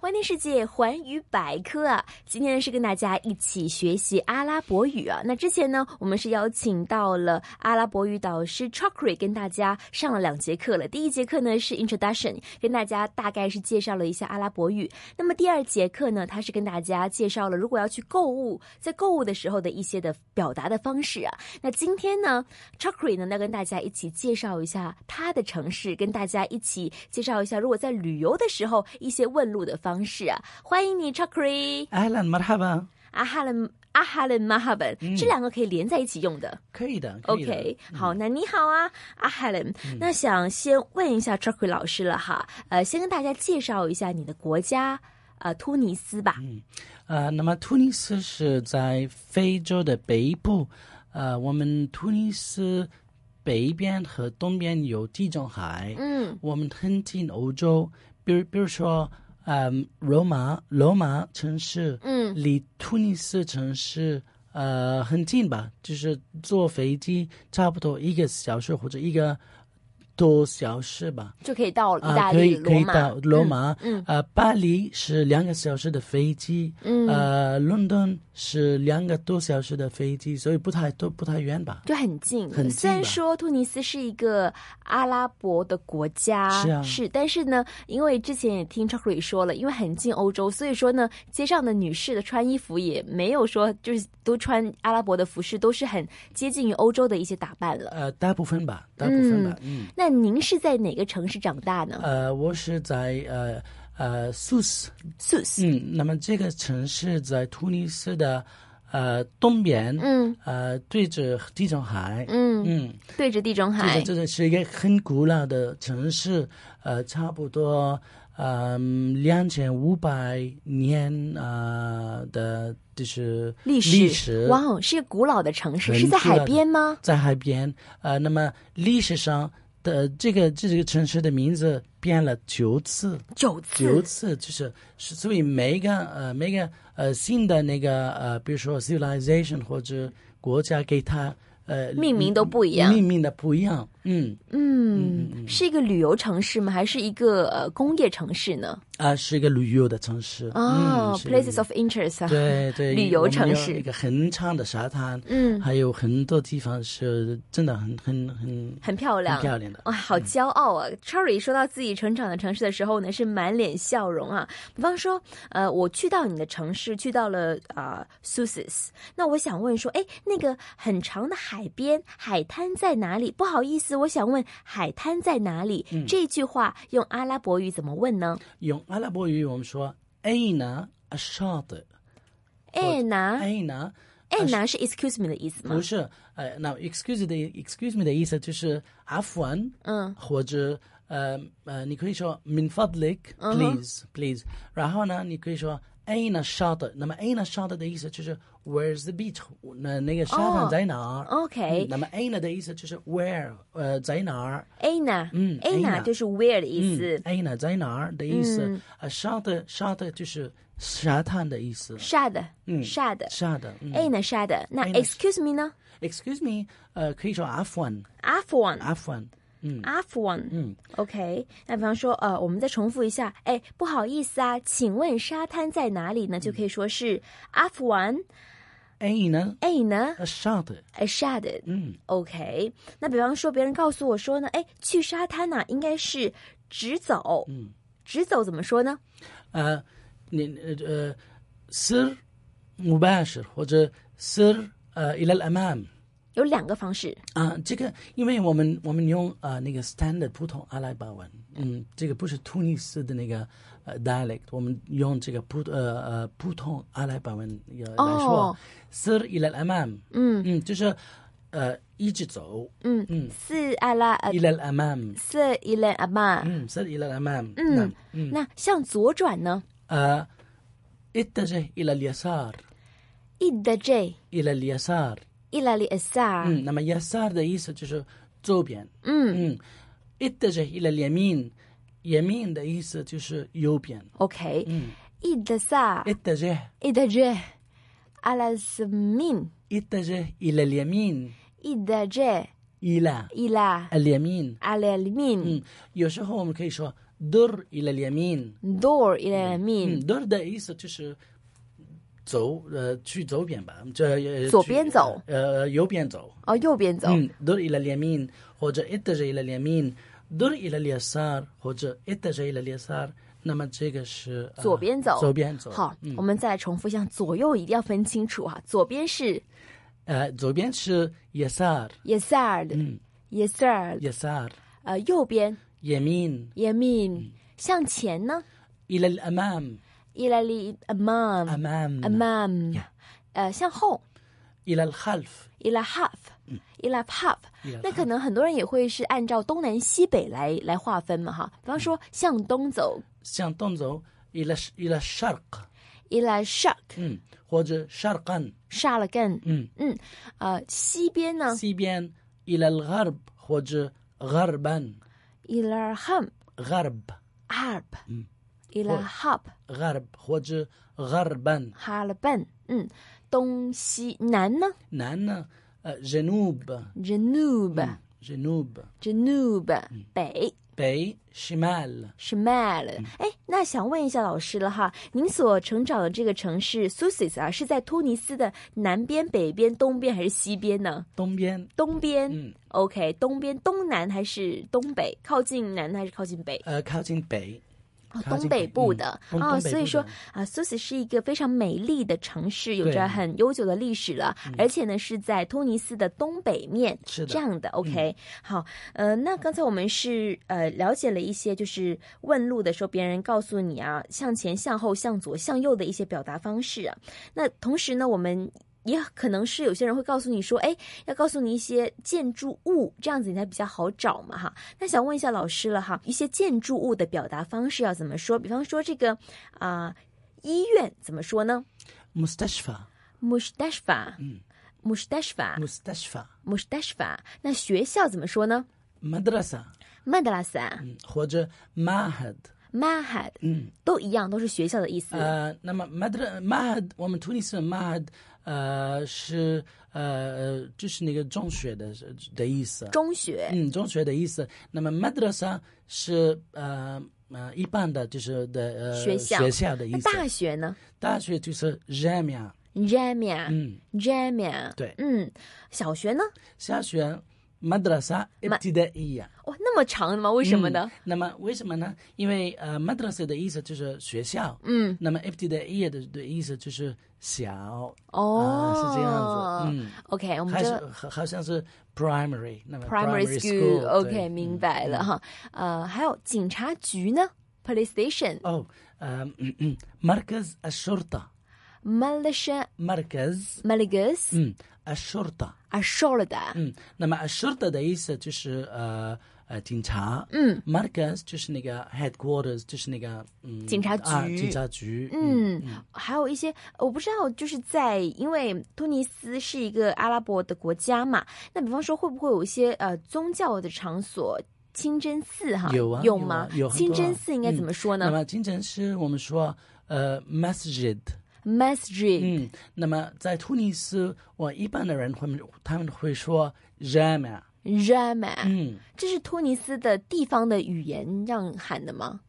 环天世界，环宇百科啊！今天呢是跟大家一起学习阿拉伯语啊。那之前呢，我们是邀请到了阿拉伯语导师 Chokri 跟大家上了两节课了。第一节课呢是 Introduction，跟大家大概是介绍了一下阿拉伯语。那么第二节课呢，他是跟大家介绍了如果要去购物，在购物的时候的一些的表达的方式啊。那今天呢，Chokri 呢要跟大家一起介绍一下他的城市，跟大家一起介绍一下如果在旅游的时候一些问路的方式。方式啊，欢迎你，Chakri， اهلا مرحبا 阿哈伦阿哈伦马哈本，这两个可以连在一起用的。可以的嗯可以的嗯 OK，好，那你好啊，阿哈伦。那想先问一下 Chakri 老师了哈，呃，先跟大家介绍一下你的国家，呃，突尼斯吧。呃，那么突尼斯是在非洲的北部，呃，我们突尼斯北边和东边有地中海，嗯，我们很近欧洲，比如比如说，嗯、罗马罗马城市，嗯，离突尼斯城市呃很近吧，就是坐飞机差不多一个小时或者一个多小时吧，就可以到意啊，大可以利可罗以马。到罗马，嗯呃，巴黎是两个小时的飞机，嗯呃，伦敦是两个多小时的飞机，所以不太都不太远吧？就很近，很近虽然吧说突尼斯是一个阿拉伯的国家，是啊但是呢，因为之前也听 Chakri 说了，因为很近欧洲，所以说呢，街上的女士的穿衣服也没有说就是都穿阿拉伯的服饰，都是很接近于欧洲的一些打扮了。呃，大部分吧，大部分吧，嗯，那您是在哪个城市长大呢呃，我是在呃呃苏斯， ？Sus，嗯，那么这个城市在突尼斯的呃东边，嗯呃，对着地中海，嗯，嗯对着地中这海个，这个是一个很古老的城市，呃，差不多嗯两千五百年啊、呃的，就是历史，史，历史哇哦，是一个古老的城市，很是在古老海的边吗？在海边，呃，那么历史上的这个这个城市的名字变了九次，九九次，次就是是所以每一个呃每一个呃新的那个呃，比如说 civilization 或者国家给它呃命名都不一样命名的不一样，嗯。嗯，是一个旅游城市吗？还是一个呃工业城市呢？啊，是一个旅游的城市啊、嗯 p 是 l a c e s of interest 啊，对对旅游城市我们有一个很长的沙滩，嗯，还有很多地方是真的很很很很漂亮，很漂亮的嗯哇，好骄傲啊 c h e r r y 说到自己成长的城市的时候呢，是满脸笑容啊。比方说，呃，我去到你的城市，去到了啊、s u s i s 那我想问说，哎，那个很长的海边海滩在哪里？不好意思，我想问海滩在哪里？嗯这句话用阿拉伯语怎么问呢？用阿拉伯语我们说 aina ashad 啊哎拿 aina 哎拿是 excuse me 的意思吗不？是呃，那 excuse 的 excuse me 的意思就是阿富汗，嗯，或者呃呃，你可以说 min fadlik 嗯哼 please please，然后呢，你可以说 aina shada，那么 aina shada 的意思就是 where's the beach，那那个沙哦滩在哪儿？ OK 嗯那么 aina 的意思就是 where，呃，在哪儿？ Anna，嗯，Anna ，Anna 就是 where 的意嗯思， ，aina 在哪儿的意思嗯？啊，shada shada 就是沙滩的意思，沙的，嗯沙的沙的。嗯，Anna 沙的。那 Anna excuse me 呢 Excuse me，呃，可以说阿富汗， a f w a n 阿富汗。嗯 a f w a n 嗯。 OK，那比方说，呃，我们再重复一下，哎，不好意思啊，请问沙滩在哪里呢？就可以说是嗯 a f w a n aina 呃 a 呢 ashad， a s h a d 嗯。 OK，那比方说别人告诉我说呢，哎，去沙滩呢、应该是直走，嗯，直走怎么说呢？ آه، ن- آه، سر مباشر وجه سر آه، الى الامام 有两个方式，啊，这个因为我们我们用啊那个 standard 普通阿拉伯文，嗯，这个不是突尼斯的那个呃 dialect，我们用这个普呃呃普通阿拉伯文呃来哦说，sir الى الامام，嗯嗯，就是呃一直走嗯嗯是阿拉呃 الى الامام，是 Elan 阿妈，嗯，sir الى الامام，嗯 نعم،嗯，那向左转呢呃，اتجه الى اليسار ？Ida J الى اليسار Ila Li Asar，嗯，那么 yasar 的意思就是周边。啊嗯嗯，ittajah ila yamin，yamin 的意思就是右边。 ，OK，嗯哎 Ida Sa ，ittajah Ida J Ala Smin ittajah ila yamin Ida J ila Ila al yamin。 Ala Min，嗯，有时候我们可以说 در إلى اليمين door 一来嗯命， ，door 的意思就是走，呃，去左边吧，这、呃、左去边走，呃，右边走。哦，右边走。嗯，door إلى اليمين或者 اتجه إلى اليمين door إلى اليسار 或者 اتجه إلى اليسار。那么这个是、呃左边走左边走。嗯好，我们再来重复一下，左右一定要分清楚啊。左边是呃，左边是 يسار，嗯 yesard，yesard， يسار 呃，右边 يمين 嗯 yamin，向前呢 إلى الأمام ilali amam أمام amam，呃，向后 إلى الخلف ila half。伊拉 p a p إلى 那可能很多人也会是按照东南西北来来划分嘛哈，比方说向东走 سيان تنزو إلى الش- إلى الشرق 伊拉 shark مم. وجه شرقا 沙了根， مم. 嗯，呃，西边呢 سيبيان إلى الغرب وجه غربا 伊拉 ham غرب arb，伊拉 hub غرب وجه غربا 哈了笨，嗯，东西南呢 نعم جنوب 嗯 Janub جنوب Janub 北。 بي شمال 是嗯 Mal，哎，那想问一下老师了哈，您所成长的这个城市 Susis 啊，是在突尼斯的南边、北边、东边还是西边呢？东边东边、嗯 o k 东边东南还是东北？靠近南还是靠近北？ آه، كاوتين بي 哦，靠东近北部的啊、嗯东东北部的所以说啊，苏斯是一个非常美丽的城市，有着对很悠久的历史了，而且呢是在突尼斯的东北面，嗯是的嗯这样的。OK，、好，呃，那刚才我们是呃了解了一些，就是问路的时候别人告诉你啊，向前、向后、向左、向右的一些表达方式啊。那同时呢，我们。也可能是有些人会告诉你说，哎，要告诉你一些建筑物，这样子你才比较好找嘛，哈。那想问一下老师了哈，一些建筑物的表达方式要怎么说？比方说这个啊、医院怎么说呢 مستشفى ？mushtashfa，嗯 m u s h t a s h f a مستشفى m u s h t a s h f a 那学校怎么说呢 مدرسة m a d r a s a مم. وجه معهد mahad，嗯，都一样，都是学校的意思。呃，那么 mad mahad，我们突尼斯的 mahad，呃，是呃，就是那个中学的的意思。中学，嗯，中学的意思。那么 madrasa 是呃呃一般的，就是的呃学校学校的意那思。大学呢大学就是 jamia。 ？jamia，jamia，、嗯，对嗯，小学呢？小学 madrasa ibtidaiya。哇，那么长的吗？为什么呢？嗯那么为什么呢？因为呃 madrasa 的意思就是学校。嗯，那么 ibtidaiya 的的意思就是小。哦、啊是这样子。嗯。 OK，我们还这是好好像是 primary，那么 primary school， school，OK，对嗯明白了哈。呃，还有警察局呢，police station，哦，呃嗯嗯，مركز الشرطة militia مركز maligus 嗯 الشرطة a s h o r d a 嗯，那么 الشرطة 的意思就是呃呃警察，嗯，مركز 就是那个 headquarters，就是那个嗯警察啊局警察局，嗯，还有一些我不知道，就是在因为突尼斯是一个阿拉伯的国家嘛，那比方说会不会有一些呃宗教的场所，清真寺哈，有啊有吗啊？有很清多啊真寺应该怎么说那呢么清真是我们说呃 masjid。 ？Masjid 嗯，那么在突尼斯，我一般的人会他们会说 jama， Jama，嗯，这是突尼斯的地方的语言让喊的吗？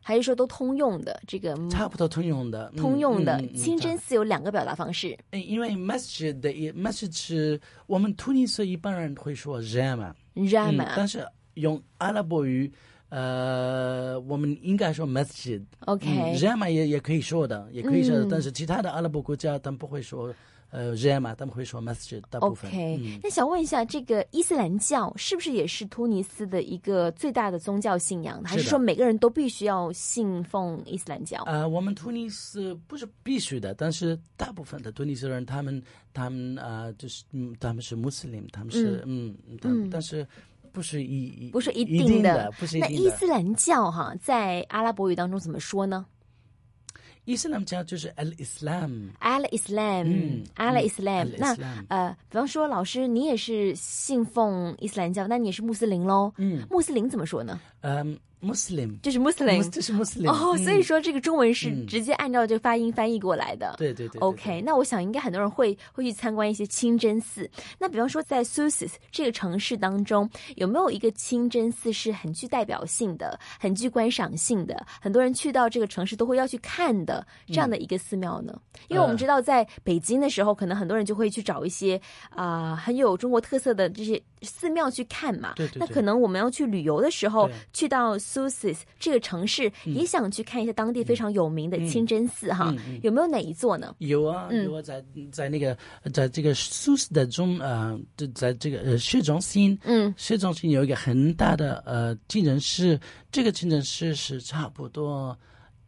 还是说都通用的这个差不多通用的，嗯通用的嗯嗯嗯清真寺有两个表达方式哎因为 masjid 的意 masjid 是我们突尼斯一般人会说 jama，嗯， ，Jama 但是用阿拉伯语，呃，我们应该说 masjid。嗯 OK jama 也也可以说的，也可以说嗯的，但是其他的阿拉伯国家他们不会说呃 jama，他们会说 masjid 大部分。嗯 OK。那想问一下，这个伊斯兰教是不是也是突尼斯的一个最大的宗教信仰呢？还是是的说每个人都必须要信奉伊斯兰教？啊、我们突尼斯不是必须的，但是大部分的突尼斯人，他们他们啊、呃就是嗯，他们是穆斯林，他们是嗯，他们但是不是一嗯不是一一定的定的，不是一那定的。伊斯兰教哈，在阿拉伯语当中怎么说呢伊斯兰教就是 al Islam， ？Al Islam，嗯 Al 嗯 Islam Al。那 Islam 呃，比方说，老师你也是信奉伊斯兰教，那你也是穆斯林喽？嗯，穆斯林怎么说呢嗯 Muslim，就是 Muslim 这是 Muslim 哦，嗯所以说这个中文是直接按照这个发音翻译过来的。对对对对 OK，那我想应该很多人会会去参观一些清真寺。那比方说在 Susis 这个城市当中，有没有一个清真寺是很具代表性的、很具观赏性的，很多人去到这个城市都会要去看的这样的一个寺庙呢？嗯因为我们知道在北京的时候，可能很多人就会去找一些啊、很有中国特色的这些寺庙去看嘛。对对那对可能我们要去旅游的时候对，嗯去到 Susis 这个城市，也想去看一下当地非常有名的清真寺哈，嗯有没有哪一座呢？有啊，嗯有啊，在在那个在这个苏斯的中呃，就在这个呃市中心，嗯，市中心有一个很大的呃竞争室，这个竞争室是差不多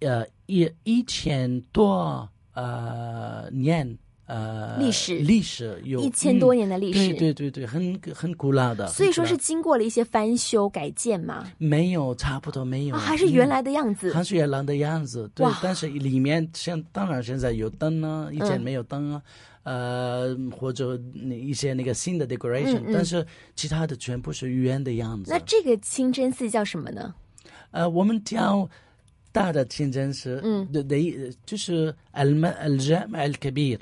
呃一一千多呃年呃历史历史有一千多嗯年的历史，对对对对，很很古老的，所以说啊很古是老经过了一些翻修改建嘛，没有差不多没有啊，还是原嗯来的样子。还是原来的样子，对哇。但是里面现当然现在有灯啊，以前嗯没有灯啊，呃，或者一些那个新的 decoration，、嗯嗯但是其他的全部是原的样子那。这个清真寺叫什么呢？呃，我们叫大的清真寺，嗯的的一就是 al al jam al kabir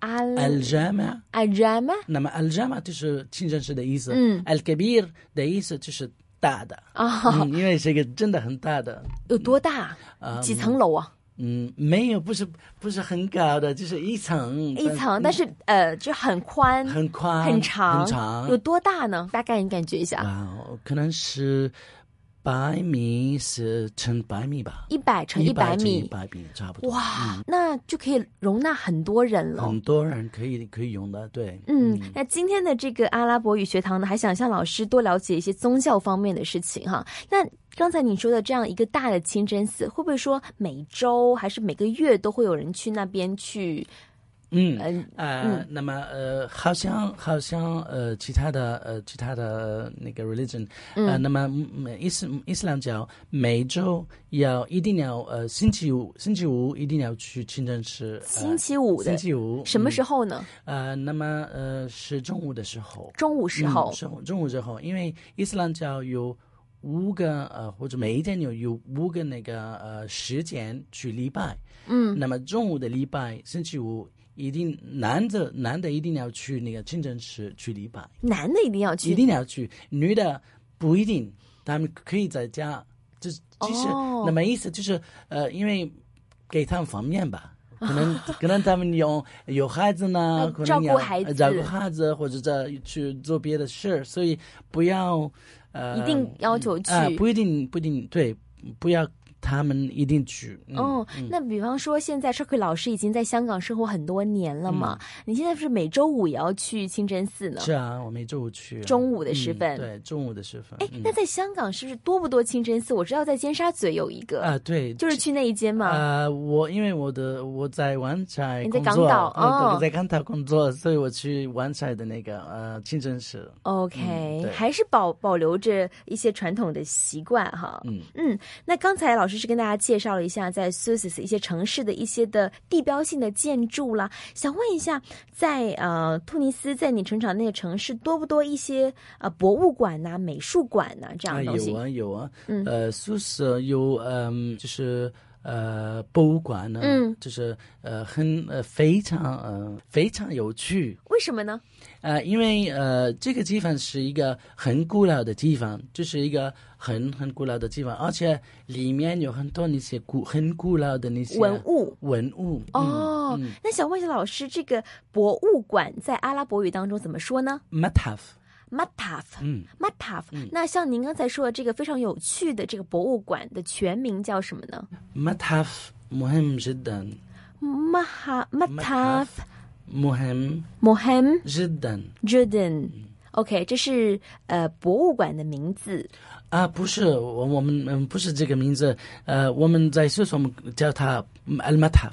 阿 al jam，阿然吗？啊那么 al jam 就是清真寺的意思，嗯，al kabir 的意思就是大的，啊，嗯，因为是一个真的很大的。有多大？几层楼啊？嗯，没有，不是不是很高的，就是一层，一层，但是呃，就很宽、嗯很宽、很长、很长有。多大呢？大概你感觉一下，哇哦，可能是百米是乘百米吧，一百乘一百一米，百米差不多。哇，那就可以容纳很多人了。很多人可以可以用的，对，嗯，那今天的这个阿拉伯语学堂呢，还想向老师多了解一些宗教方面的事情哈。那刚才你说的这样一个大的清真寺，会不会说每周还是每个月都会有人去那边去？嗯。嗯、呃，那么呃，好像好像呃，其他的呃，其他的那个 religion，呃，那么嗯伊斯伊斯兰教每周要一定要呃，星期五星期五一定要去清真寺，呃星期五的星期五什么时时候呢？呃，那么呃是中午的时候，中午时候嗯、。中中午之后，因为伊斯兰教有五个呃，或者每一天有有五个那个呃时间去礼拜，嗯，那么中午的礼拜，星期五一定男的男的一定要去那个清真寺去礼拜，男的一定要一去。定要去，女的不一定，他们可以在家，就是就是、哦那么意思就是呃，因为给他们方 便吧。可能可能他们有有孩子要呢，可照能顾要孩呃照子顾孩子，或者在去做别的事儿，所以不要呃一定要求去啊、不一定不一定对，不要他们一定去。嗯、哦，那比方说，现在 c h a k 老师已经在香港生活很多年了嘛，你现在是每周五也要去清真寺呢？是啊，我们周五去啊中午的时分嗯对，中午的时分。哎，嗯那在香港是不是多不多清真寺？我知道在尖沙咀有一个，啊，对，就是去那一间嘛。哦呃，我因为我的我在湾仔嗯你在工港作，岛呃对哦我在港岛工作，所以我去湾仔的那个呃清真寺。 OK，、嗯对还是保保留着一些传统的习惯哈。嗯那刚才老师是跟大家介绍了一下在 s u s 一些城市的一些的地标性的建筑啦，想问一下，在呃突尼斯，在你成长那个城市，多不多一些呃博物馆呐、美术馆呐、这样啊，的嗯东西？有啊有啊，呃，宿舍有嗯、就是呃博物馆呢，嗯就是呃很呃非常呃非常有趣，为什么呢？呃，因为呃，这个地方是一个很古老的地方，就是一个很很古老的地方，而且里面有很多那些古很古老的那些文物文物。哦，嗯那想问一下老师，这个博物馆在阿拉伯语当中怎么说呢嗯，mataf， ？Mataf。嗯 Mataf，、那像您刚才说的这个非常有趣的这个博物馆的全名叫什么呢，mataf مهم جدا ？Maha Mataf 嗯 Mataf مهم Mohem جدا Jordan。OK，这嗯是呃博物馆的名字啊，不是我我们嗯不是这个名字，呃，我们在厕所我们叫它 al mataf。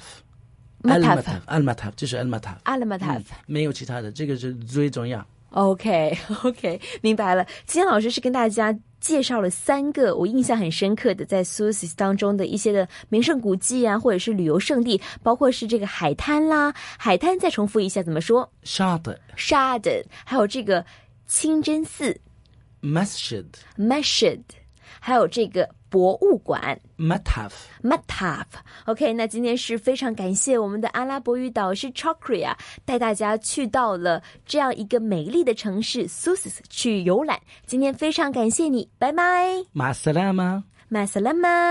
Mataf al mataf 就是 al mataf，阿拉 Mataf 嗯。没有其他的，这个是最重要。 OK OK，明白了。今天老师是跟大家介绍了三个我印象很深刻的在苏 s 当中的一些的名胜古迹啊，或者是旅游胜地，包括是这个海滩啦，海滩再重复一下怎么说 شاطئ ？Shard，还有这个清真寺 مسجد Masjid，还有这个博物馆 Mataf。 Mataf。OK，那今天是非常感谢我们的阿拉伯语导师 Chokri 啊，带大家去到了这样一个美丽的城市 Susis 去游览。今天非常感谢你，拜拜 Ma salama。 ，Masalama。